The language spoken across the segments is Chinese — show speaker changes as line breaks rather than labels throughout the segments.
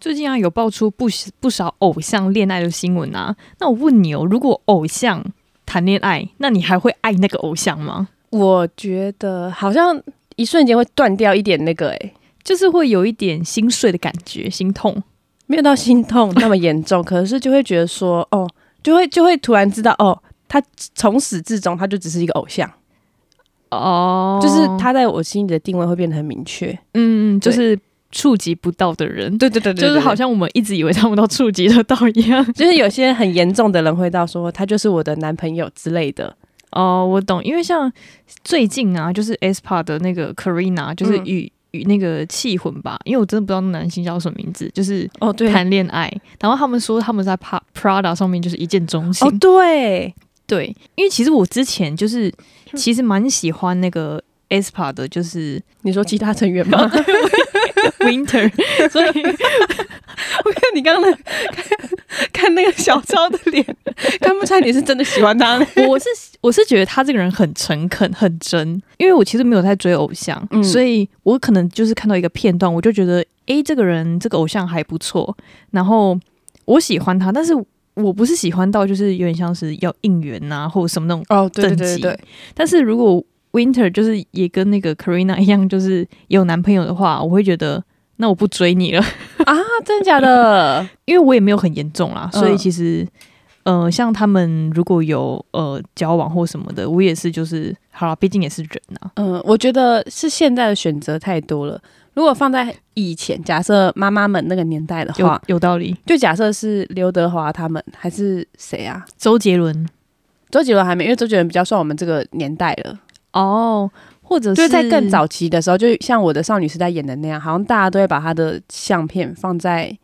最近啊有爆出不少不少偶像恋爱的新闻啊。那我问你哦，如果偶像谈恋爱，那你还会爱那个偶像吗？
我觉得好像一瞬间会断掉一点那个、欸，哎，
就是会有一点心碎的感觉，心痛。
没有到心痛那么严重，可是就会觉得说，哦，就会就会突然知道，哦，他从始至终他就只是一个偶像，
哦
就是，他在我心里的定位会变得很明确。
嗯，就
对
是触及不到的人，
对对对
就是好像我们一直以为他们都触及得到一样。
就是有些很严重的人会到说，哦他就是我的男朋友之类的。
哦，我懂，因为像最近啊，就是 aespa 的那个 Karina，就是
嗯
与、与那个气魂吧，因为我真的不知道那男星叫什么名字，就是
哦，对
谈恋爱，然后他们说他们在 Pa- Prada 上面就是一见钟情，
哦，对，
对，因为其实我之前 就是其实蛮喜欢那个 aespa 的， 就是
你说其他成 员吗？
Winter，所 以
我看你刚刚那看 看那个小昭的脸，看不出来你是真的喜欢他呢。
我是我是觉得他这个人很诚恳、很真，因为我其实没有在追偶像，
嗯
所以我可能就是看到一个片段，我就觉得，诶，这个人这个偶像还不错，然后我喜欢他，但是我不是喜欢到就是有点像是要应援呐、或者什么那种。
哦，对
对对对，但是如果 Winter 就是也跟那个 Karina 一样，就是有男朋友的话，我会觉得那我不追你了，
啊，真的假的？
因为我也没有很严重啦，
嗯
所以其实。呃，像他们如果有呃交往或什么的，我也是就是好啦，毕竟也是人啊。
嗯，我觉得是现在的选择太多了。如果放在以前，假设妈妈们那个年代的话
有，有道理。
就假设是刘德华他们，还是谁啊？
周杰伦
周杰伦还没，因为周杰伦比较算我们这个年代了，
哦，或者
就
是
是在更早期的时候，就像我的少女时代演的那样，好像大家都会把他的相片放在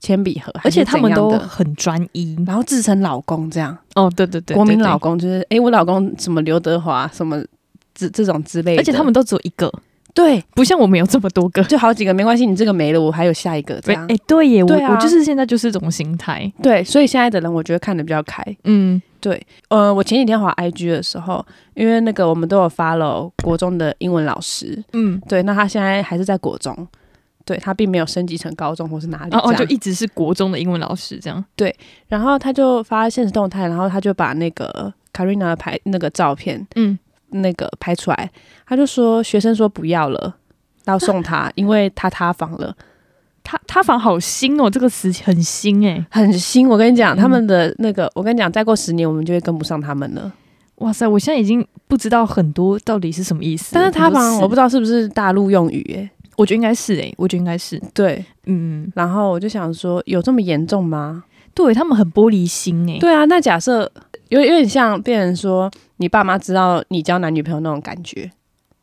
铅笔盒，
而且他们都
还是怎样的
很专一。
然后自称老公这样，
哦，对对对对
国民
对
老公就是诶，我老公什么刘德华什么这这种之类的，
而且他们都只有一个，
对
不像我们有这么多个。
就好几个没关系，你这个没了，我还有下一个这
对，
样。
哎，对耶，我
对啊
我就是现在就是这种心态。
对，所以现在的人我觉得看的比较开。
嗯，
对，呃，我前几天滑 IG 的时候，因为那个我们都有 follow 国中的英文老师，
嗯，
对，那他现在还是在国中，对他并没有升级成高中或是哪里
哦哦，
这
就
样
一直是国中的英文老师这样。
然后他就发现实动态，然后他就把那个 Karina 的拍那个照片
嗯，
那个拍出来，他就说学生说不要了，要送他，因为他塌房了，
他他房好新哦，这个词很新哎。
很新。我跟你讲，他
嗯
们的那个，我跟你讲，再过十年我们就会跟不上他们了。
哇塞，我现在已经不知道很多到底是什么意思了。
但是塌房，我
知
不知道是不是大陆用语、欸，
我觉得应该是哎、我觉得应该是，
对。
嗯，
然后我就想说，有这么严重吗？
对他们很玻璃心哎、
对啊，那假设有有点像变成说，你爸妈知道你交男女朋友那种感觉。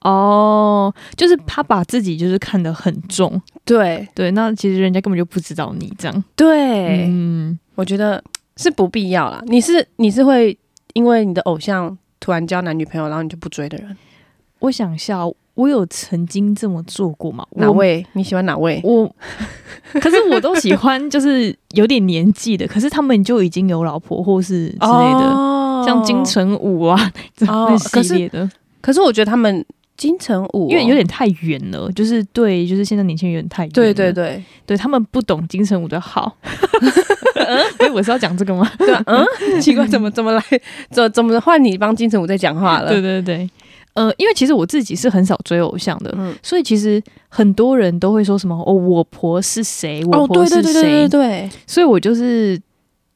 哦，就是他把自己就是看得很重，
对
对，那其实人家根本就不知道你这样，
对，
嗯，
我觉得是不必要啦。你是你是会因为你的偶像突然交男女朋友，然后你就不追的人？
我想一下哦，我有曾经这么做过吗？
哪
我
位你喜欢哪位？
我，可是我都喜欢就是有点年纪的，可是他们就已经有老婆或是之类的，
哦
像金。城武啊、
哦
那
可
系
是
列的，
可是我觉得他们金城武哦、
因为有点太远了，就是对，就是现在年轻人有点太远了，
对对对，
对，他们不懂金城武的好。 所以 我是要讲这个吗？
对啊， 嗯，奇怪，怎么怎么来，怎怎么换你帮金城武在讲话了？
对对对，呃，因为其实我自己是很少追偶像的，
嗯，
所以其实很多人都会说什么哦，我婆是谁，我
哦，
婆
对
是谁，
对对对对对，
所以我就是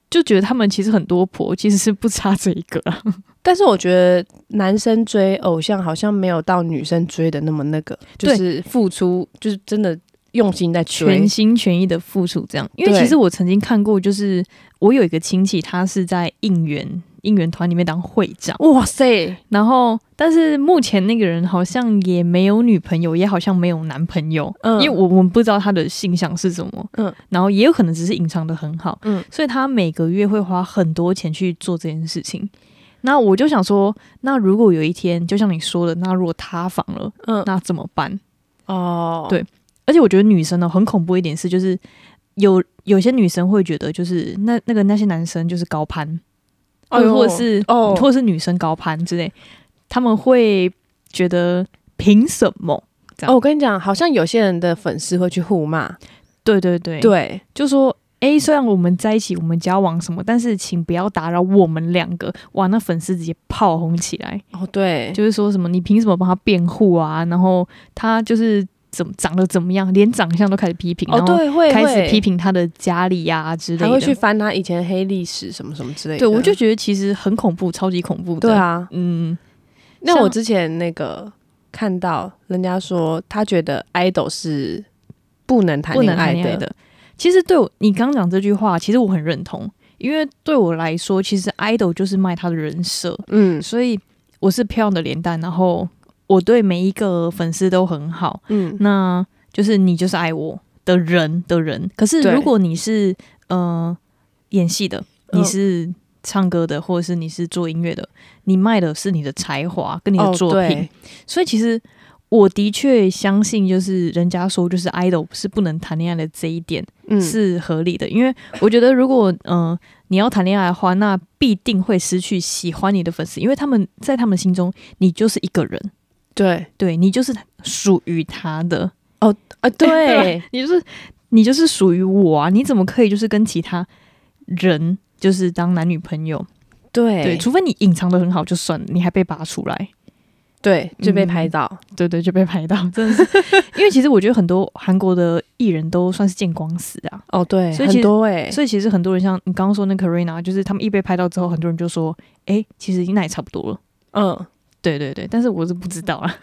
就觉得他们其实很多婆其实是不差这一个啊。
但是我觉得男生追偶像好像没有到女生追的那么那个，就
对
是付出，就是真的用心在追
全。心全意的付出这样。因为
对
其实我曾经看过，就是我有一个亲戚，他是在应援应援团里面当会长，
哇塞，
然后但是目前那个人好像也没有女朋友，也好像没有男朋友，
嗯
因为我我们不知道他的性向是什么，
嗯
嗯，然后也有可能只是隐藏的很好，
嗯
嗯，所以他每个月会花很多钱去做这件事情。那我就想说，那如果有一天，就像你说的，那如果塌房了，
嗯
那怎么办？
哦，
对而且我觉得女生呢，哦很恐怖一点是，就是有有些女生会觉得，就是那那个那些男生就是高攀，
哎呦
或者是、
哦
或者是女生高攀之类，他们会觉得凭什么？
哦，我跟你讲，好像有些人的粉丝会去互骂，
对对对，
对，
就说。哎、虽然我们在一起，我们交往什么，但是请不要打扰我们两个。哇，那粉丝直接炮轰起来，
哦对，
就是说什么你凭什么帮他辩护啊？然后他就是怎么长得怎么样，连长相都开始批评，
哦
然后
对，会
开始批
评，
评他的家里呀、之类
还会去
的。
翻他以前黑历史什么什么之类的。
对，我就觉得其实很恐怖，超级恐怖的。
对，啊，
嗯，
那
像
我之前那个看到人家说，他觉得 idol 是不能谈
不能
恋
谈
爱
恋爱
的，
的。其实对我，你刚讲这句话，其实我很认同，因为对我来说，其实 idol 就是卖他的人设，
嗯
所以我是漂亮的脸蛋，然后我对每一个粉丝都很好，
嗯，
那就是你就是爱我的人的人。可是
对
如果你是呃演戏的，
嗯
你是唱歌的，或者是你是做音乐的，你卖的是你的才华跟你的
哦
作品，
对
所以其实我的确相信，就是人家说就是 idol 是不能谈恋爱的这一点
嗯
是合理的，因为我觉得如果嗯、呃你要谈恋爱的话，那必定会失去喜欢你的粉丝，因为他们在他们心中你就是一个人，
对
对你就是属于他的，
啊对
对你就是你就是属于我啊，你怎么可以就是跟其他人就是当男女朋友？
对
对，除非你隐藏的很好就算了，你还被拔出来。
对就被拍
嗯
到，
对对，就被拍到， 真的是，因为其实我觉得很多韩国的艺人都算是见光死啊，
哦对，
所以其实
很多哎，
所以其实很多人像你刚刚说那 Karina，就是他们一被拍到之后，很多人就说，哎、其实那也差不多了。
嗯，
对对对，但是我是不知道啊，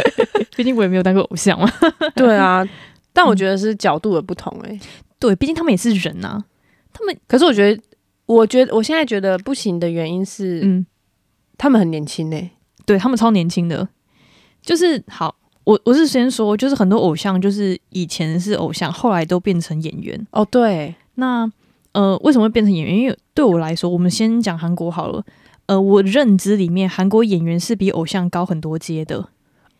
毕竟我也没有当过偶像嘛。
对啊，但我觉得是角度的不同哎，
对，毕竟他们也是人啊，他们
可是我觉得，我觉得我现在觉得不行的原因是
嗯，
他们很年轻哎，
对他们超年轻的，就是好，我我是先说，就是很多偶像就是以前是偶像，后来都变成演员，
哦对，
那呃，为什么会变成演员？因为对我来说，我们先讲韩国好了。呃，我认知里面，韩国演员是比偶像高很多阶的。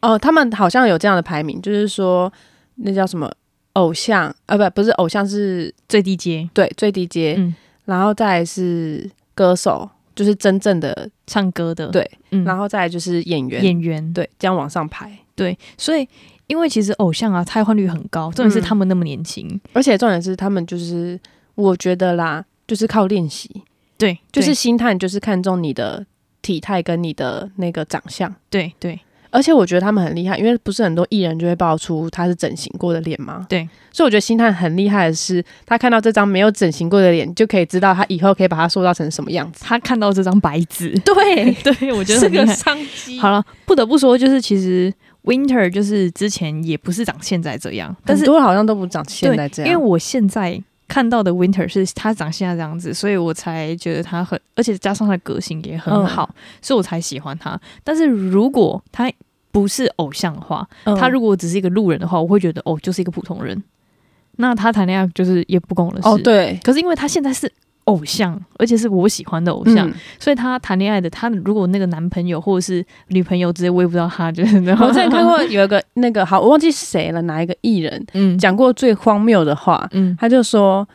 哦，他们好像有这样的排名，就是说那叫什么偶像啊，不不是偶像是
最低阶，
对最低阶，
嗯
然后再来是歌手，就是真正的，
唱歌的，
对，
嗯，
然后再来就是演员，
演员，
对，这样往上排。
对，所以因为其实偶像啊，汰换率很高，重点是
嗯
他们那么年轻，
而且重点是他们就是我觉得啦，就是靠练习，
对，
就是心态，就是看重你的体态跟你的那个长相。
对对
而且我觉得他们很厉害，因为不是很多艺人就会爆出他是整形过的脸吗？
对，
所以我觉得星探很厉害的是，他看到这张没有整形过的脸，就可以知道他以后可以把它塑造成什么样子。
他看到这张白纸，
对，
对我觉得
是
很厉
个
害
商机。
好了，不得不说，就是其实 Winter 就是之前也不是长现在这样，但
很
是
多啊好像都不长现在这
因为
样，
我现在看到的 Winter 是他长现在这样子，所以我才觉得他很，而且加上他的个性也
嗯
很好，所以我才喜欢他。但是如果他不是偶像的话，
嗯
他如果只是一个路人的话，我会觉得哦，就是一个普通人。那他谈恋爱就是也不关我的事。
哦。对，
可是因为他现在是偶像，而且是我喜欢的偶像，
嗯
所以他谈恋爱的，他如果那个男朋友或者是女朋友之类，我也不知道他就是那样。
我之 前看过有一个那个好，我忘记谁了，哪一个艺人
嗯
讲过最荒谬的话，
嗯，
他就说。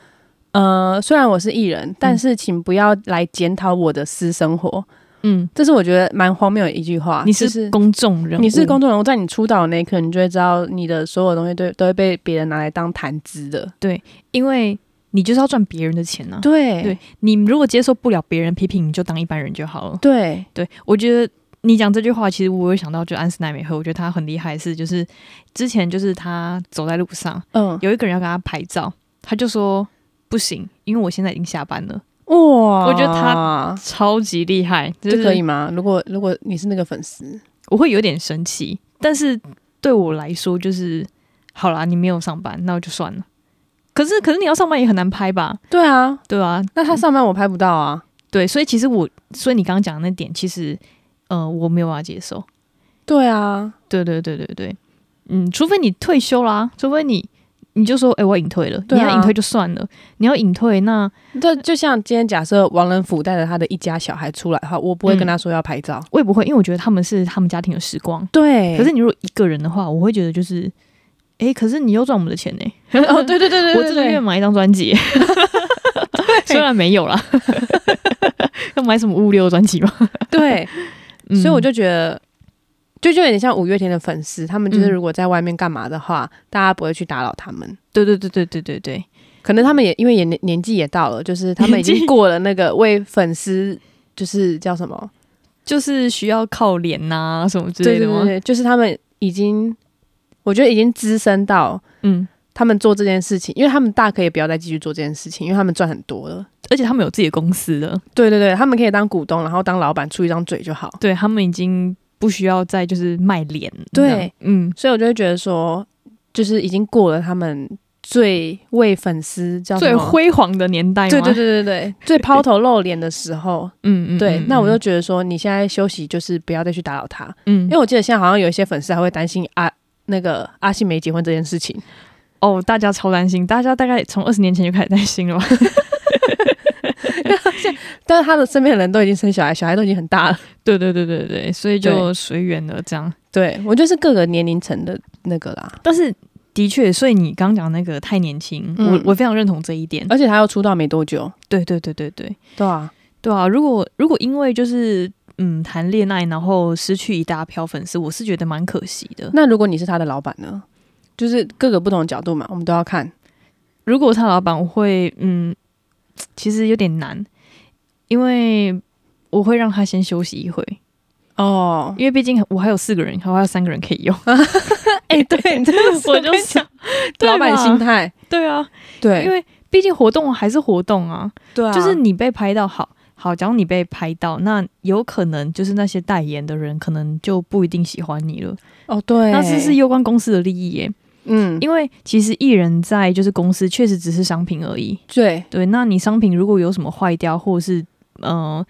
呃，虽然我是艺人，但是请不要来检讨我的私生活，
嗯，
这是我觉得蛮荒谬的一句话。
你
啊就是
公众人物，
你是公众人物，在你出道的那一刻，你就会知道你的所有东西都都会被别人拿来当谈资的。
嗯因为你就是要赚别人的钱呐、
对
对你如果接受不了别人批评，你就当一般人就好了。
对
对我觉得你讲这句话，其实我有想到，就安室奈美惠，我觉得她很厉害的是，就是之前就是她走在路上，
嗯，
有一个人要跟她拍照，她就说不行，因为我现在已经下班了，
哇，我
觉得他超级厉害，就
这
是
可以吗？如果如果你是那个粉丝，
我会有点生气，但是对我来说就是好啦，你没有上班，那我就算了。可是可是你要上班也很难拍吧？
对啊，
对啊，
那他上班我拍不到啊。
对，所以其实我，所以你刚刚讲的那点，其实，呃，我没有办法接受。
对啊，
对对对对对，嗯，除非你退休啦，除非你你就说，哎、我要隐退了，
对啊
你要隐退就算了，你要隐退，那
这就像今天假设王仁甫带着他的一家小孩出来的话，我不会
嗯
跟他说要拍照。
我也不会，因为我觉得他们是他们家庭的时光。
对
可是你如果一个人的话，我会觉得就是，哎、可是你又赚我们的钱呢、
哦，对对对对对，
我这个
对
月买一张专 辑，虽然没有 啦， 要买什么物流专辑吗？
对，
嗯
所以我就觉得就就有点像五月天的粉丝，他们就是
嗯
如果在外面干嘛的话，大家不会去打扰他们。
对对对对对对对，
可能他们也因为也年年纪也到了，就是他们已
年
经
纪
过了那个为粉丝就是叫什么？
就是需要靠脸呐、什么之
对
类
对
的吗？
对，对就是他们已经，我觉得已经资深到
嗯，
他们做这件事情，因为他们大可以不要再继续做这件事情，因为他们赚很多了。
而且他们有自己的公司了，
对对对，他们可以当股东，然后当老板出一张嘴就好。
对他们已经不需要再就是卖脸。
对
这样，嗯，
所以我就会觉得说，就是已经过了他们最为粉丝叫什
最
么
辉煌的年代吗？
对对对对对，最抛头露脸的时候，
嗯，嗯嗯，
对，那我就
就
觉得说，你现在休息就是不要再去打扰他，
嗯，
因为我记得现在好像有一些粉丝还会担心阿那个阿信没结婚这件事情，
哦，大家超担心，大家大概从二十年前就开始担心了吧？
但是他的身边的人都已经生小孩，小孩都已经很大了。
对对对对对，所以就
对
随缘了这样。
对我就是各个年龄层的那个啦，
但是的确，所以你刚讲那个太年轻，
嗯
我我非常认同这一点。
而且他又出道没多久，
对对对对嗯对
对啊，
对啊！如果如果因为就是嗯谈恋爱，然后失去一大票粉丝，我是觉得蛮可惜的。
那如果你是他的老板呢？就是各个不同的角度嘛，我们都要看。
如果我是他老板，我会嗯，其实有点难，因为我会让他先休息一会，
哦，
因为毕竟我还有四个人，还有三个人可以用。
哎、对，你真的 是
我就
跟
想，对
老板
吧
心态，
对啊，
对，
因为毕竟活动还是活动啊，
对啊，
就是你被拍到好。好，假如你被拍到，那有可能就是那些代言的人可能就不一定喜欢你了。
哦，对，
那这是攸关公司的利益耶，
嗯，
因为其实艺人在就是公司确实只是商品而已。
对，
对，那你商品如果有什么坏掉，或者是嗯、呃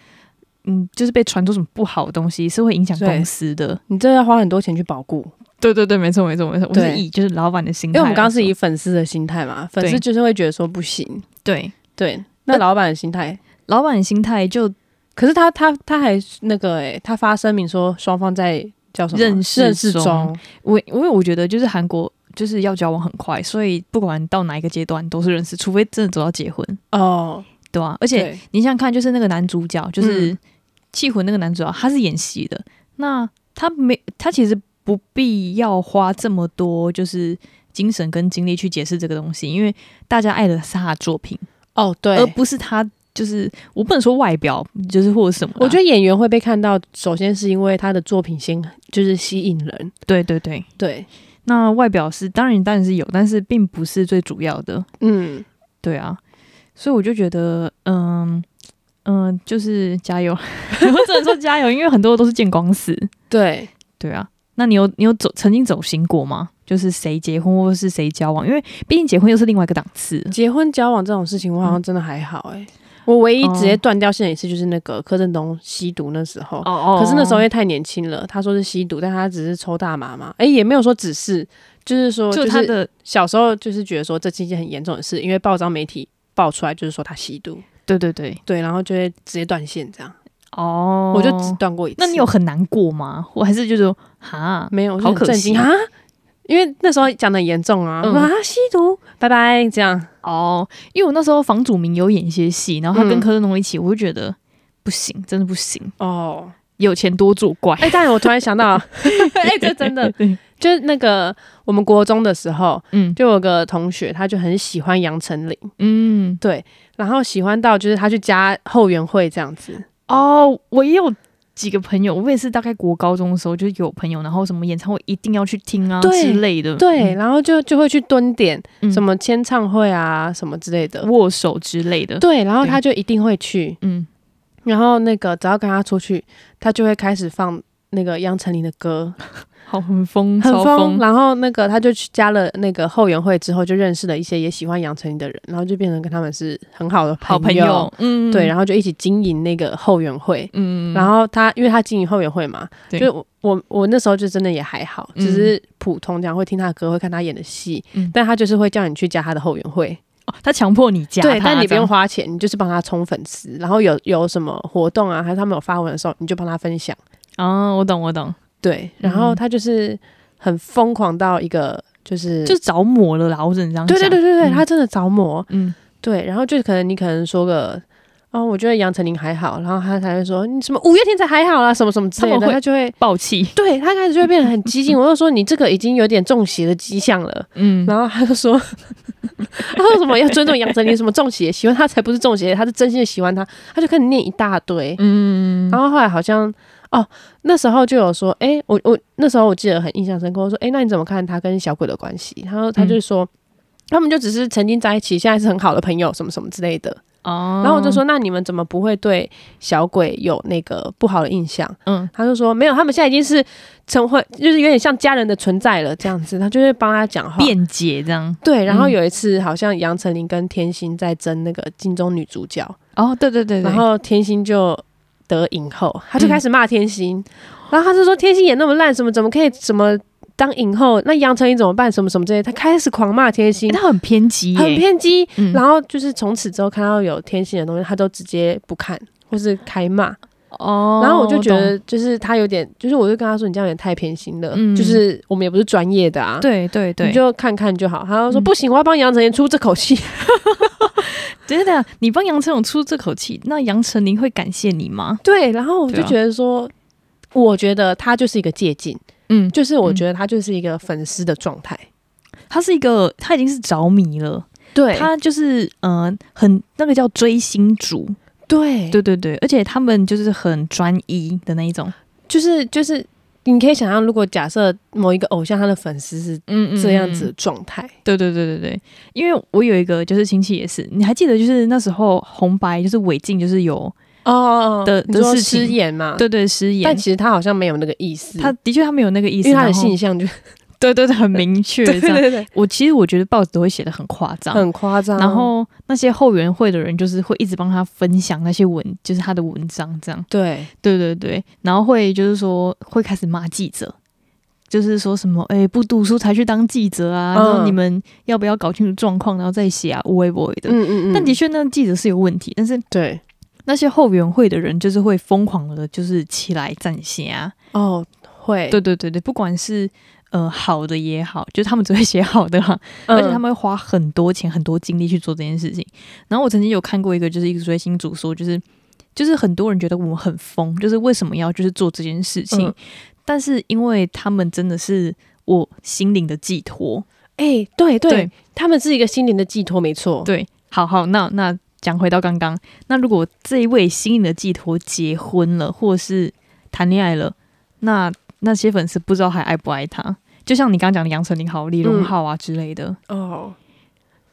嗯，就是被传出什么不好的东西，是会影响
对
公司的。
你这要花很多钱去保固，
对对对，没错没错没错，我是
对
以就是老板的心
因
态
为
来说，
我们刚刚是以粉丝的心态嘛，粉丝
对呃
就是会觉得说不行，
对
对，那
那
老板的心态，
老板的心态就
可是他他他还那个诶、他发声明说双方在叫什么
认识
认识
中
中，
我因为我觉得就是韩国就是要交往很快，所以不管到哪一个阶段都是认识，除非真的走到结婚，
哦，
对啊。而且
对
你想想看，就是那个男主角，就是
嗯
气魂那个男主角，他是演戏的，那他没他其实不必要花这么多就是精神跟精力去解释这个东西，因为大家爱的是他的作品，
哦，对
而，不是他就是我不能说外表就是或者什么啦，
我觉得演员会被看到，首先是因为他的作品先就是吸引人，
对对对。
对，
那外表是当然当然是有，但是并不是最主要的。
嗯，
对啊，所以我就觉得，嗯嗯，就是加油， 我只能说加油，因为很多都是见光死。
对，
对啊，那你有你有走曾经走心过吗？就是谁结婚或者是谁交往，因为毕竟结婚又是另外一个档次。
结婚交往这种事情，
嗯
我好像真的还好诶、我唯一直接断掉线一次，就是那个柯震东吸毒那时候，
哦哦
可是那时候因为太年轻了，他说是吸毒，但他只是抽大麻嘛，哎、也没有说只是，就是说
就
就
他
是
的，
小时候就是觉得说这是一件很严重的事，因为报章媒体爆出来就是说他吸毒，
对对对，
对，然后就会直接断线这样，
哦，
我就只断过一次。
那你有很难过吗？我还是就是说哈，
没有？我就
好
很
可
震
惜
惊啊！因为那时候讲的严重啊，
嗯
哇、吸毒，拜拜，这样
哦，因为我那时候房祖名有演一些戏，然后他跟
嗯
柯震东一起，我就觉得不行，真的不行，
哦。
有钱多作怪。
哎、当然我突然 想到，哎、这真的
对，
就是那个我们国中的时候，
嗯
就有个同学，他就很喜欢杨丞琳，
嗯，
然后喜欢到就是他去加后援会这样子，
哦，我也有几个朋友，我也是大概国高中的时候就有朋友，然后什么演唱会一定要去听啊
对
之类的，
对，然后就就会去蹲点
嗯，
什么签唱会啊什么之类的
嗯，握手之类的，
对，然后
对
他就一定会去，
嗯，
然后那个只要跟他出去，他就会开始放那个杨丞琳的歌，
好，很疯，
很
超
疯。
疯，
然后那个他就去加了那个后援会之后，就认识了一些也喜欢杨丞琳的人，然后就变成跟他们是很好的
好
朋
朋友，嗯，
对，然
后，
后就一起经营那个后援会。
嗯，
然后他，因为他经营后援会嘛，就
对
是我我我那时候就真的也还好，
嗯
只是普通这样会听他的歌，会看他演的戏，
嗯
但他就是会叫你去加他的后援会，
哦他强迫你加他，
对，但你不
这样
用花钱，你就是帮他充粉丝，然后有有什么活动啊，还是他们有发文的时候，你就帮他分享，
啊，我懂，我懂，
对，然后
嗯
他就是很疯狂到一个就是
就着魔了啦，我只能这样
对对
讲
对对对，
嗯
他真的着魔，
嗯
对，然后就可能你可能说个。哦，哦，我觉得杨丞琳还好，然后他才会说你什么五月天才还好啊啦，什么什么之
他
类
们
的，
会
他就会
暴气，
对他开始就会变得很激进。我就说你这个已经有点中邪的迹象了。
嗯，
然后他就说， 他说什么要尊重杨丞琳，什么中邪，喜欢他才不是中邪，他是真心的喜欢他。他就开始念一大堆，
嗯，
然后后来好像哦，那时候就有说，哎、我我那时候我记得很印象深刻，我说，哎、那你怎么看他跟小鬼的关系？然后他就说。他们就只是曾经在一起，现在是很好的朋友，什么什么之类的。
哦
然后我就说：“，那你们怎么不会对小鬼有那个不好的印象？”
嗯，
他就说：“没有，他们现在已经是成婚，就是有点像家人的存在了，这样子。”他就会帮他讲话。
辩解这样，
对，然后
嗯
有一次好像杨丞琳跟天心在争那个金钟女主角，
哦，对对对对，嗯
然后天心就得影后，他就开始骂天心，然后他就说天心演那么烂，什么怎么可以什么当影后？那杨丞琳怎么办？什么什么之类的，他开始狂骂天心
诶，哎他很偏激耶，
很偏激。
嗯，
然后就是从此之后看到有天心的东西，他都直接不看。或是开骂，
哦，
然后我就觉
懂，
得，就是他有点，就是我就跟他说，你这样有点太偏心了，
嗯
就是我们也不是专业的啊，，
对对对，
你就看看就好。他就说、
嗯
不行，我要帮杨丞琳出这 口气，
真的，你帮杨丞琳出这口气，那杨丞琳会感谢你吗？
对，然后我就
对啊
觉得说，我觉得他就是一个借镜，
嗯，
就是我觉得他就是一个粉丝的状态，
他是一个，他已经是着迷了，
对他
他就是呃，很那个叫追星族，
对对，
对对对，而且他们就是很专一的那一种，
就是就是，你可以想象，如果假设某一个偶像他的粉丝是
嗯
这样子的状态，
对对对对对，因为我有一个就是亲戚也是，你还记得就是那时候红白就是违禁，就是有
哦哦哦
的
你
的
说
事情
失言嘛，，
对对失
啊但
言，
其实他好像没有那个意思，
他的确他们有那个意思，
因为他的
然后
性向就
对 对对很明确
对
这样。
对对，
我其实我觉得报纸都会写的很夸张，
很夸张，
然后那些后援会的人就是会一直帮他分享那些文，就是他的文章这样。
对
对对对，然后会就是说会开始骂记者，就是说什么哎、不读书才去当记者啊，然后
嗯
你们要不要搞清楚状况，然后再写啊，无为不为的。
嗯嗯嗯，
但的确，那记者是有问题，但是
对
那些后援会的人就是会疯狂的，就是起来站啊。
哦会，
对对对对，不管是呃好的也好，就是他们只会写好的啦，啊
嗯
而且他们会花很多钱、很多精力去做这件事情。然后我曾经有看过一个，就是一个追星族说，就是就是很多人觉得我们很疯，就是为什么要就是做这件事情？
嗯
但是因为他们真的是我心灵的寄托。
哎、对对
对
他们是一个心灵的寄托，没错，
对，好好，那那讲回到刚刚，那如果这一位心灵的寄托结婚了，或是谈恋爱了，那那些粉丝不知道还爱不爱他？就像你刚刚讲的杨丞琳好、李
嗯
荣浩啊之类的，
哦，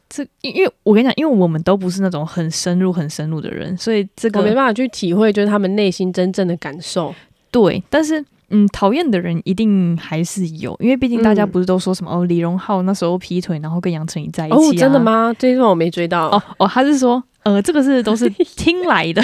这因因为我跟你讲，因为我们都不是那种很深入、很深入的人，所以这
我没
个
办法去体会，就是他们内心真正的感受。
对，但是。嗯，讨厌的人一定还是有，因为毕竟大家
嗯
不是都说什么、哦，李荣浩那时候劈腿，然后跟杨丞琳在一起、啊
哦，真的？吗？这一段我没追到。
哦哦，他是说，呃，这个是都 是听来的，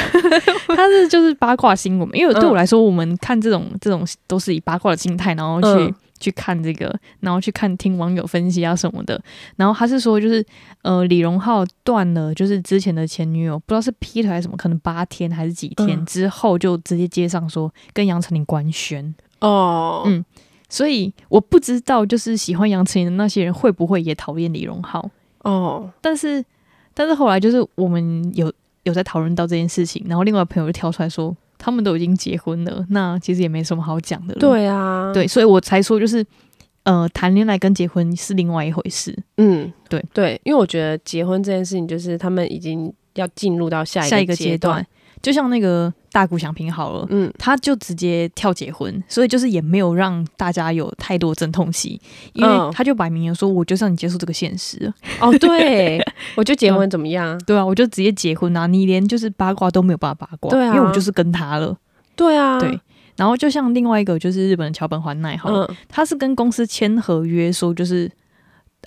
他是就是八卦新闻，因为对我
嗯
来说，我们看这种这种都是以八卦的心态，然后去、
嗯
去看这个，然后去看听网友分析啊什么的。然后他是说，就是呃，李荣浩断了，就是之前的前女友，不知道是劈腿还是什么，可能八天还是几天、
嗯
之后，就直接接上说跟杨丞琳官宣。
哦，
嗯所以我不知道，就是喜欢杨丞琳的那些人会不会也讨厌李荣浩？
哦，
但是但是后来就是我们有有在讨论到这件事情，然后另外朋友就跳出来说，他们都已经结婚了，那其实也没什么好讲的了。
对啊，，
对，所以我才说就是呃，谈恋爱跟结婚是另外一回事，
嗯，
对
对，因为我觉得结婚这件事情，就是他们已经要进入到下
下
一
一个
阶
阶段，就像那个大谷翔平好了。
嗯，
他就直接跳结婚，所以就是也没有让大家有太多阵痛期，因为
嗯
他就摆明了说，我就是让你接受这个现实了，
哦，对， 我就结婚怎么样？
对啊，我就直接结婚啊，你连就是八卦都没有办法八卦，
对啊
因为我就是跟他了，
对啊，
对，，然后就像另外一个就是日本的桥本环奈好了，
嗯，
他是跟公司签合约说就是，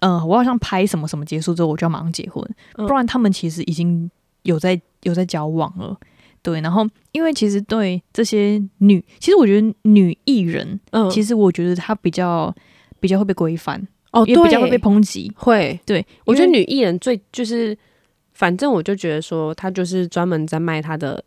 呃，我好像拍什么什么结束之后我就要马上结婚，
嗯
不然他们其实已经有在有在交往了。对，然后因为其实对这些女，其实我觉得女艺人，
嗯，
其
实
实我觉得她比较比较会被规范，
哦，
也
对
比较会被抨击。
会，
对，
我觉得
因为
女艺人最就是，反正我就觉得说，她就是专门在卖她的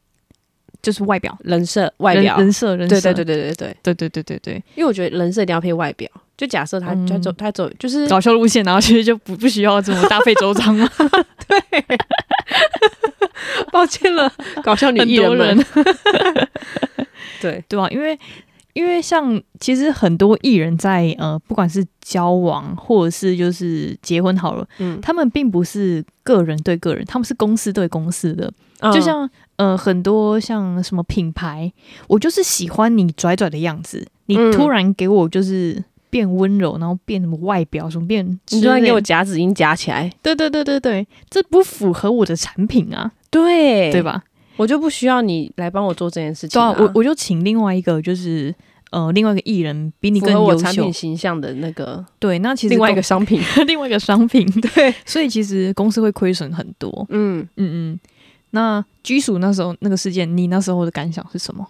就是外表、
人设、外
人
表，
人设、人
对
设，
对对对对对，
对对对对对
因为我觉得人设一定要配外表。就假设她她
嗯
走她走就是
搞笑路线， 然后其实就不不需要这么大费周章了。
抱歉了， 搞笑女
很
艺
多
人
人
们， 对，
对啊，因为因为像其实很多艺人在呃，不管是交往或者是就是结婚好了，
嗯，
他们并不是个人对个人，他们是公司对公司的。就
嗯
像呃很多像什么品牌，我就是喜欢你拽拽的样子，你
嗯
突然给我就是变温柔，然后变什么外表什么变之
嗯你
类的，
突然给我夹子音夹起来，
对对对对对，这不符合我的产品啊，
对
对？吧？
我就不需要你来帮我做这件事情
对
哎啊、
啊，我我就请另外一个就是。呃，另外一个艺人比你
符
更
啊合我
优
产
秀
品，形象的那个
对，那其实
另外一
公
个 商品，
另外一个商品，
对，
所以其实公司会亏损很多。
嗯
嗯嗯，那居属那时候那个事件，你那时候的感想是什么？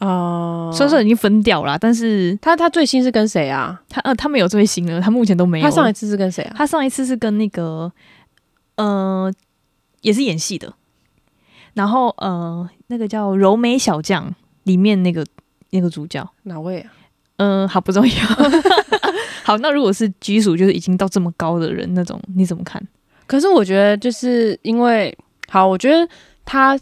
哦，
虽然说已经分掉了啊，但是
他他最新是跟谁啊？
他呃他没有最新了，他目前都没有。
他上一次是跟谁啊？
他上一次是跟那个呃也是演戏的，然后呃那个叫《柔美小将》里面那个那个主角，
哪位啊？
嗯、好不重 要。 好，那如果是居属，就是已经到这么高的人那种，你怎么看？
可是我觉得，就是因为好，我觉得他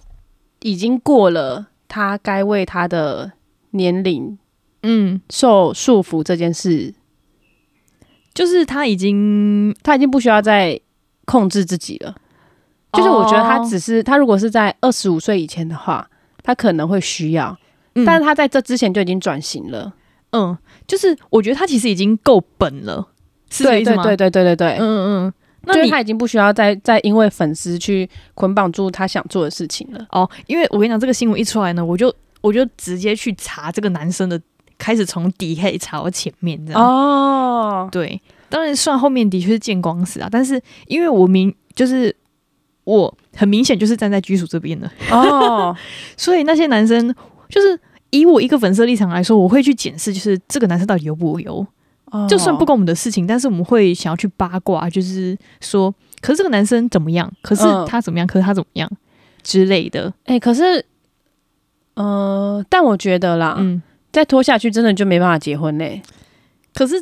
已经过了他该为他的年龄
嗯，
受束缚这件事，
就是他已经，
他已经不需要再控制自己了。就是我觉得他
哦
只是、他如果是在二十五岁以前的话，他可能会需要，
嗯
但是他在这之前就已经转型了。
嗯，就是我觉得他其实已经够本了，是这个
对
意思
对
吗？
对对对对对，
嗯嗯嗯，那
就是
你
他已经不需要再再因为粉丝去捆绑住他想做的事情了。
哦，因为我跟你讲，这个新闻一出来呢，我就我就直接去查这个男生的，开始从底开始查到前面这样。
哦，
对，当然算后面的确是见光死啊，但是因为我明就是我很明显就是站在居属这边的，
哦，
所以那些男生就是以我一个粉丝的立场来说，我会去检视，就是这个男生到底优不优。
哦
就算不关我们的事情，但是我们会想要去八卦，就是说，可是这个男生怎么样？可是
嗯
他怎么样？可是他怎么样之类的。
哎、可是，呃，但我觉得啦，
嗯，
再拖下去真的就没办法结婚嘞。
可是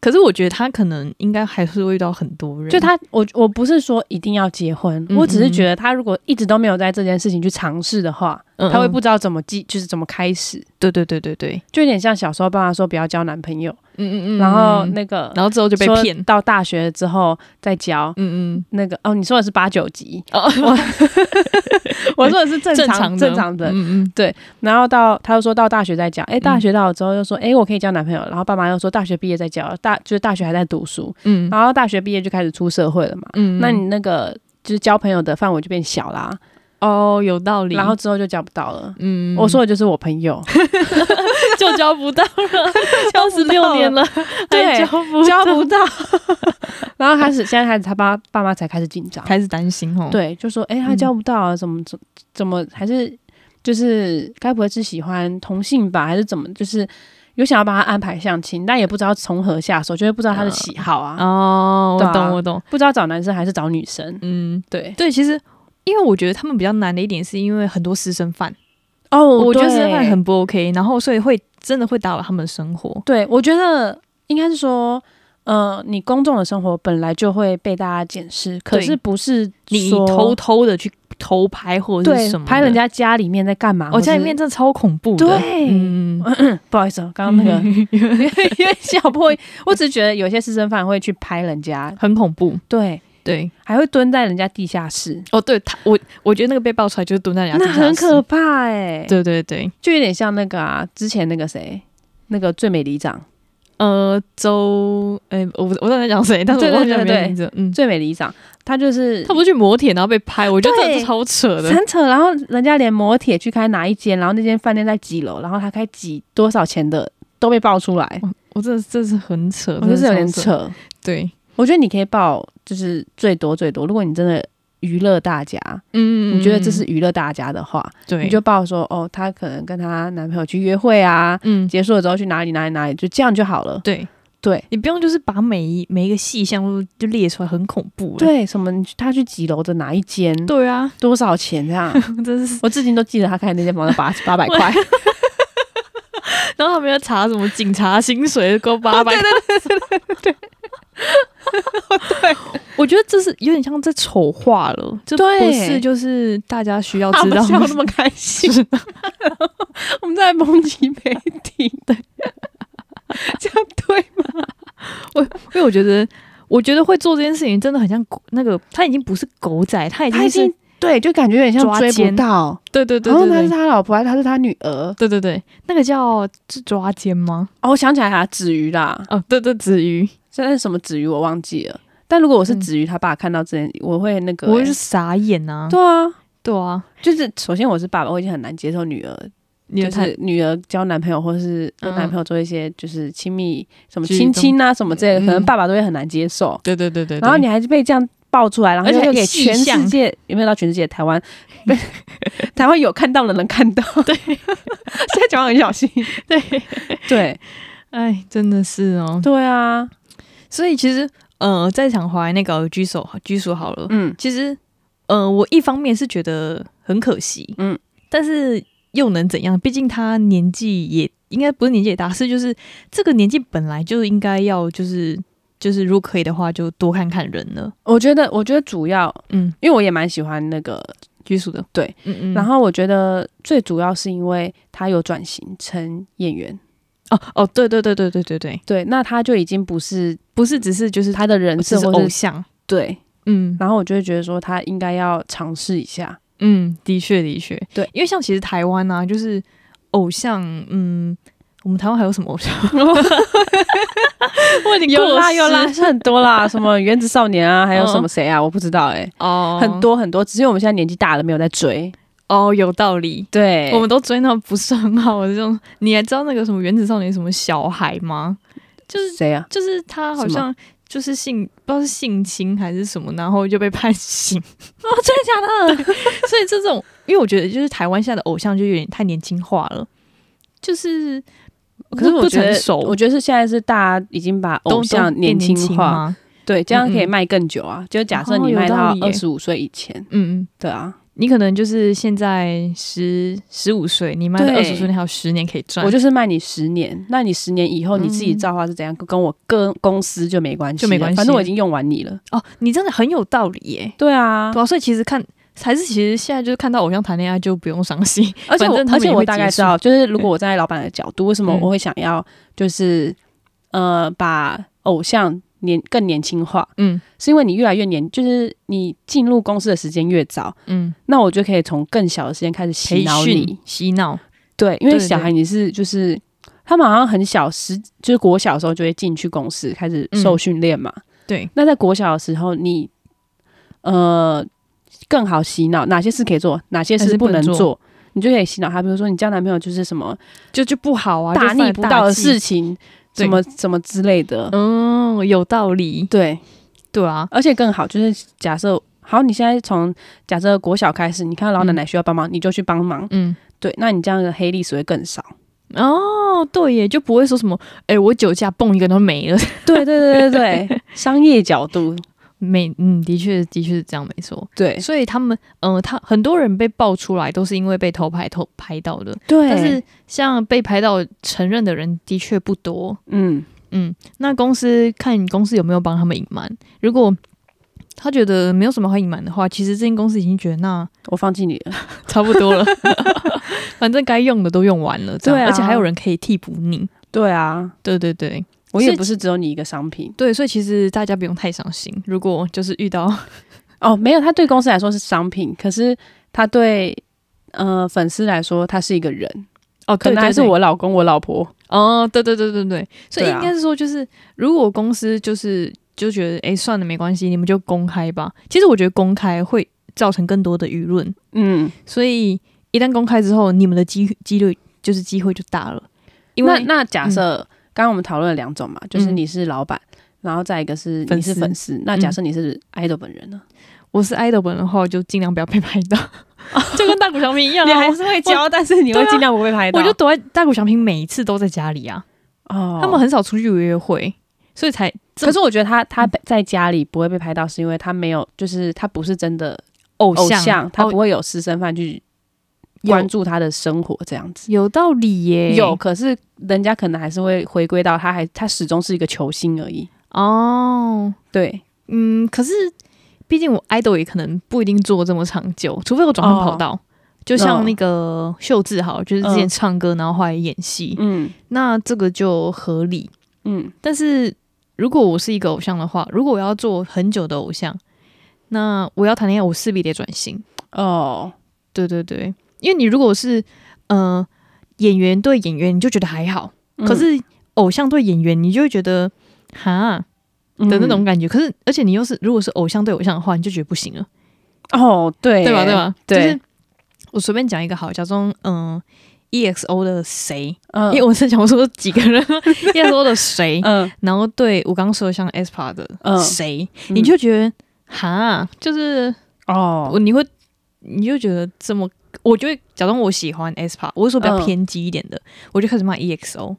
可是我觉得他可能应该还是会遇到很多人，
就他，我我不是说一定要结婚，
嗯
我只是觉得他如果一直都没有在这件事情去尝试的话，
嗯
他会
嗯
不知道怎么记，就是怎么开始，
对对对对对，
就有点像小时候爸妈说不要交男朋友，
嗯嗯嗯
然后那个
然后之后就被
说
骗，
到大学之后再交。
嗯嗯。
那个哦，你说的是八九级，
哦，
我说的是 正
正
常
的，
正常的，
嗯嗯，
然后到他又说到大学再交，哎，大学到了之后又说，哎，我可以交男朋友，然后爸妈又说大学毕业再交，大就是大学还在读书，
嗯
然后大学毕业就开始出社会了嘛，
嗯，
那你那个就是交朋友的范围就变小啦，
哦，有道理。
然后之后就交不到了。
嗯，
我说的就是我朋友，
就交不 到了，交十六年 了，还
对
交不
交不到， 然后开始现在开始他爸爸妈才开始紧张，
开始担心哦。，
对，就说哎、他交不到啊，怎么怎怎么还是就是该不会是喜欢同性吧，还是怎么就是。有想要帮他安排相亲，但也不知道从何下手，就是不
嗯
知道他的喜好啊，
哦，
对
我
啊
懂，我懂。
不知道找男生还是找女生。
嗯，
对，
对，其实因为我觉得他们比较难的一点，是因为很多私生饭，
哦，
我觉得私生饭
会
很不 OK，然后所以会真的会打扰他们的生活。
对，我觉得应该是说，呃，你公众的生活本来就会被大家检视，可
对
是不是
你
说
偷偷的去偷拍或者是
对
什么的，
拍人家家里面在干嘛？
哦，
或
家里
是
面真的超恐怖的。
对
嗯，嗯嗯嗯
不好意思哦，刚刚那个 因为小破，我只是觉得有些私生饭会去拍 人家，
很恐怖。
对，
对，
还会蹲在人家地下室，
哦，对他，我我觉得那个被爆出来就是蹲在人家
那
地下
很
室
可怕哎、
对对对，
就有点像那个啊，之前那个谁，那个最美里长，
呃，周，哎、我不我到底在讲谁，但是我
对对
忘记
对
了
对
名字。嗯，
最美里长，他就是
他不是去磨铁然后被拍，我觉得这
对
是超扯的。
很扯，然后人家连摩铁去开哪一间，然后那间饭店在几楼，然后他开几多少钱的都被爆出来，
我真的这是很扯，
我觉得是有点
哦真的超扯。
扯。
对，
我觉得你可以报，就是最多最多。如果你真的娱乐大家，
嗯
你觉得这是娱乐大家的话，
对，
你就报说哦，她可能跟她男朋友去约会啊，
嗯，
结束了之后去哪里哪里哪里，就这样就好了。
对
对
你不用就是把每一每一个细项都就列出来，很恐怖。
对，什么你去她去几楼的哪一间，
对啊，
多少钱这样？
真是。
我至今都记得她开的那间房子八八 百块，
然后他们要查什么哦警察薪水够八百，对对对对对对。对， 我觉得这是有点像在丑化了，这
对
不是就是大家需要
啊我
知
们
道
笑那么开 心，我们在抨击媒体，对，这样对吗？
因为我觉得，我觉得会做这件事情真的很像狗那个，他已经不是狗仔，他已经
他已
是
经对，就感觉有点像
抓
追不
奸
到，
对对对
然后
对
他是
对
他老婆，还是他是他女儿。
对对对，那个叫是抓奸吗？
哦，我想起来啦，子瑜啦，
哦，对对，子瑜，
现在什么子瑜我忘记了。但如果我是
嗯
子瑜他爸看到这件，我会那个、
我会
欸
是傻眼啊，
对啊，
对啊，
就是首先我是爸爸，我已经很难接受女儿，
你的
就
太
是女儿交男朋友或是跟
嗯
男朋友做一些就是亲密什么
举
亲
动
亲啊什么之类的，可能
嗯
爸爸都会很难接受。
对对对对
然后你还是被这样爆出来，然后
而且还
又
有
给
细
全世
项
界有没有到全世界台 湾，被 台湾有看到的能看到，对， 现在讲话很小心，
对，
对
哎，真的是哦，
对啊，
所以其实呃，在场华莱那个居所居所好了，
嗯，
其实呃，我一方面是觉得很可惜，
嗯
嗯，但是又能怎样？毕竟他年纪也应该不是年纪也大，是就是这个年纪本来就应该要就是就是如果可以的话，就多看看人了，
我觉得我觉得主要，
嗯，
因为我也蛮喜欢那个，
拘束的，
对，
嗯嗯，
然后我觉得最主要是因为他有转型成演员，
哦哦，对对对对对对对，
对，那他就已经不是
不是只是就是
他的人
只
设
是
或
偶
者是
像，
对，
嗯
然后我就会觉得说他应该要尝试一下，
嗯，的确的确，
对，
因为像其实台湾啊，就是偶像，嗯。我们台湾还有什么偶像？ 我已经
有啦
过
有啦，
时
是很多啦，什么原子少年啊，还有什
嗯
么谁啊，我不知道哎、
哦，
很多很多，只是我们现在年纪大了，没有在追。
哦，有道理。
对
我们都追那种不是很好的这种，你还知道那个什么原子少年什么小孩吗？就是
谁啊呀、
就是他好
什么
像就是性不知道是性侵还是什么，然后就被判刑。
啊？哦，真的假的？
所以这种，因为我觉得就是台湾现在的偶像就有点太年轻化了，就是
可是我
不
觉
成
得，
熟，
我觉得是现在是大家已经把
都
偶像
都变
轻
年
化，
吗？
对，这样可以
嗯嗯
卖更久啊。就假设
哦
你
有
卖到
道理耶
二十五岁以前，
嗯嗯。
对啊，
你可能就是现在十十五岁，你卖到
对
二十岁，你还有十年可以赚，
我就是卖你十年，那你十年以后
嗯
你自己造化是怎样，跟我跟公司就没关系
就
了，
没关系
反正我已经用完你了。
哦，你真的很有道理耶。
对啊，
对啊，所以其实看还是其实现在就是看到偶像谈恋爱就不用伤心，
而且我
反正他
而
们
且
也
我
会
大概
结
知道，就是如果
对
我站在老板的角度，为什么
嗯
我会想要就是、呃把偶像年更年轻化，
嗯
是因为你越来越年，就是你进入公司的时间越早，
嗯，
那我就可以从更小的时间开始洗
培
脑
训
你。
洗脑，
对，因为
对对
小孩你是就是他们好像很小时，就是国小的时候就会进去公司开始受训练嘛。
嗯对，
那在国小的时候你，呃更好洗脑，哪些事可以做，哪些
还
事
是
不
不能
能做，
做
你就可以洗脑他。比如说你交男朋友就是什么
就就不好啊，
大
就犯
逆不道的
大忌
事，情，
对
什么什么之类的。
嗯，有道理，
对，
对啊，
而且更好，就是假设好，你现在从假设国小开始，你看到老奶奶需要帮忙，你就去帮忙。
嗯，
对，那你这样的黑历史会更少。
哦，对耶，就不会说什么，哎、我酒驾蹦一个都没了，
对对对对 对，商业角度，
没，嗯，的确的确是这样，没错。
对
所以他们，嗯、他很多人被爆出来都是因为被偷拍偷拍到的，
对，
但是像被拍到承认的人的确不多，
嗯，
嗯，那公司看公司有没有帮他们隐瞒，如果他觉得没有什么好隐瞒的话，其实这间公司已经觉得那
我放弃你了。
差不多了， 反正该用的都用完了，这样
对啊
而且还有人可以替补你，
对啊，
对对对
我也
是
不是只有你一个商品
对，所以其实大家不用太伤心，如果就是遇到，
哦，没有，他对公司来说是商品，可是他对呃粉丝来说，他是一个人，
哦，
可
对
能还是，
对
我老公、我老婆。
对哦，对对对对对，所以
对啊
应该是说，就是、如果公司就是就觉得，哎，算了，没关系，你们就公开吧。其实我觉得公开会造成更多的舆论，
嗯，
所以一旦公开之后，你们的机几率就是机会就大了，因
那
为
那假设刚刚我们讨论了两种嘛，就是
嗯
你是老板，然后再一个是你
粉
是
丝嗯
粉丝。那假设你是 idol 本人呢？
我是 idol 本人的话，我就尽量不要被拍 到，就跟大谷翔平一样、啊，我
是会
教，
但是你
会尽
量不被拍
我
我
就
就
躲在大谷翔平每一次都在家里啊，
哦，
他们很少出去约会，所以才
可是我觉得他他在家里不会被拍到，是因为他没有，就是他不是真的
偶
偶
像
像，他
哦
不会有私生饭去
有
关注他的生活这样子。
有道理耶，
有，可是人家可能还是会回归到他还他始终是一个球星而已。
哦，
对，
嗯，可是毕竟我 idol 也可能不一定做这么长久，除非我转换跑
哦
道。就像那个秀智好了，就是之前
嗯
唱歌，然后后来演戏，
嗯
那这个就合理。
嗯
但是如果我是一个偶像的话，如果我要做很久的偶像，那我要谈恋爱，我势必得转型。
哦，
对对对，因为你如果是呃演员对演员，你就觉得还好；
嗯
可是偶像对演员，你就会觉得哈的那
嗯
种感觉。可是而且你又是如果是偶像对偶像的话，你就觉得不行了，
嗯哦，对
对吧？对？吧？
对
就是我随便讲一个好，假装嗯。EXO 的谁？因
嗯
为我是想说几个 人，EXO 的谁？
嗯
然后对我刚刚说的像 aespa 的
嗯
谁，
嗯
你就觉得哈，就是
哦
我你会你就觉得这么，我就会假装我喜欢 aespa，我是说比较
嗯
偏激一点的，我就开始骂 EXO，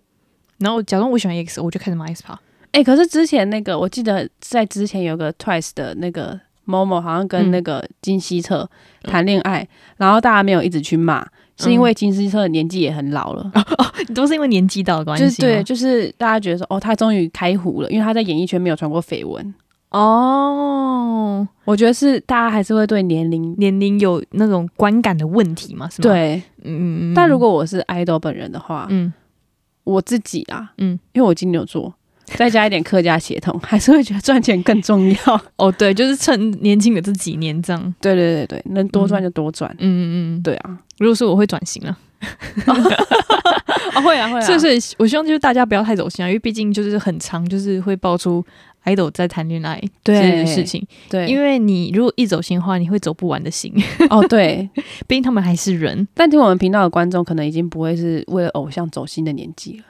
然后假装我喜欢 E EXO，我就开始骂 aespa，
哎、可是之前那个，我记得在之前有个 Twice 的那个 Momo，好像跟那个金希澈谈恋爱，然后大家没有一直去骂，是因为金希澈年纪也很老了，
都是因为年纪到的关系
哦就
吗，
是对，就是大家觉得说，哦，他终于开胡了，因为他在演艺圈没有传过绯闻。
哦，
我觉得是大家还是会对年龄，
年龄有那种观感的问题嘛，是吗？，
对。
嗯嗯嗯。
但如果我是 idol 本人的话，
嗯，
我自己啊，
嗯
嗯，因为我金牛座，再加一点客家血统，还是会觉得赚钱更重要。
哦对，就是趁年轻的这几年这样，
对对对对，能多赚就多赚。
嗯嗯嗯，
对啊，
如果说我会转型了。
啊会啊会啊，
所以，所以我希望就是大家不要太走心啊，因为毕竟就是很长，就是会爆出 idol 在谈恋爱这
对
件事情。
对，
因为你如果一走心的话，你会走不完的心，
哦对，
毕竟他们还是人。
但听我们频道的观众可能已经不会是为了偶像走心的年纪了。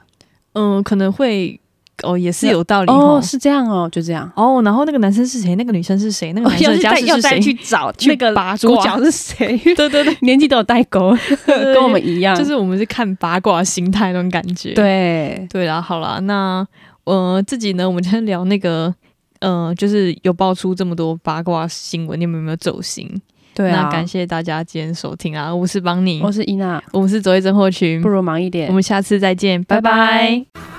嗯，可能会哦，也是
那
有道理
哦，
哦。
是这样哦，就这样。
哦，然后那个男生是谁？那个女生是谁？那个
哦
男生的家嗯世是谁？
找
去八卦
是谁，
对对 对，
年纪都有代沟，
对
跟我们一样，
就是我们是看八卦心态那种感觉。
对，
对啦，好啦，那呃自己呢，我们今天聊那个 呃，就是有爆出这么多八卦新闻，你们有没有走心？
对啊。
那感，谢大家今天收听啊！我是邦尼，
我是伊娜，
我们是卓一真货群
不，如忙一点
我，们下次再见，拜
拜
拜
拜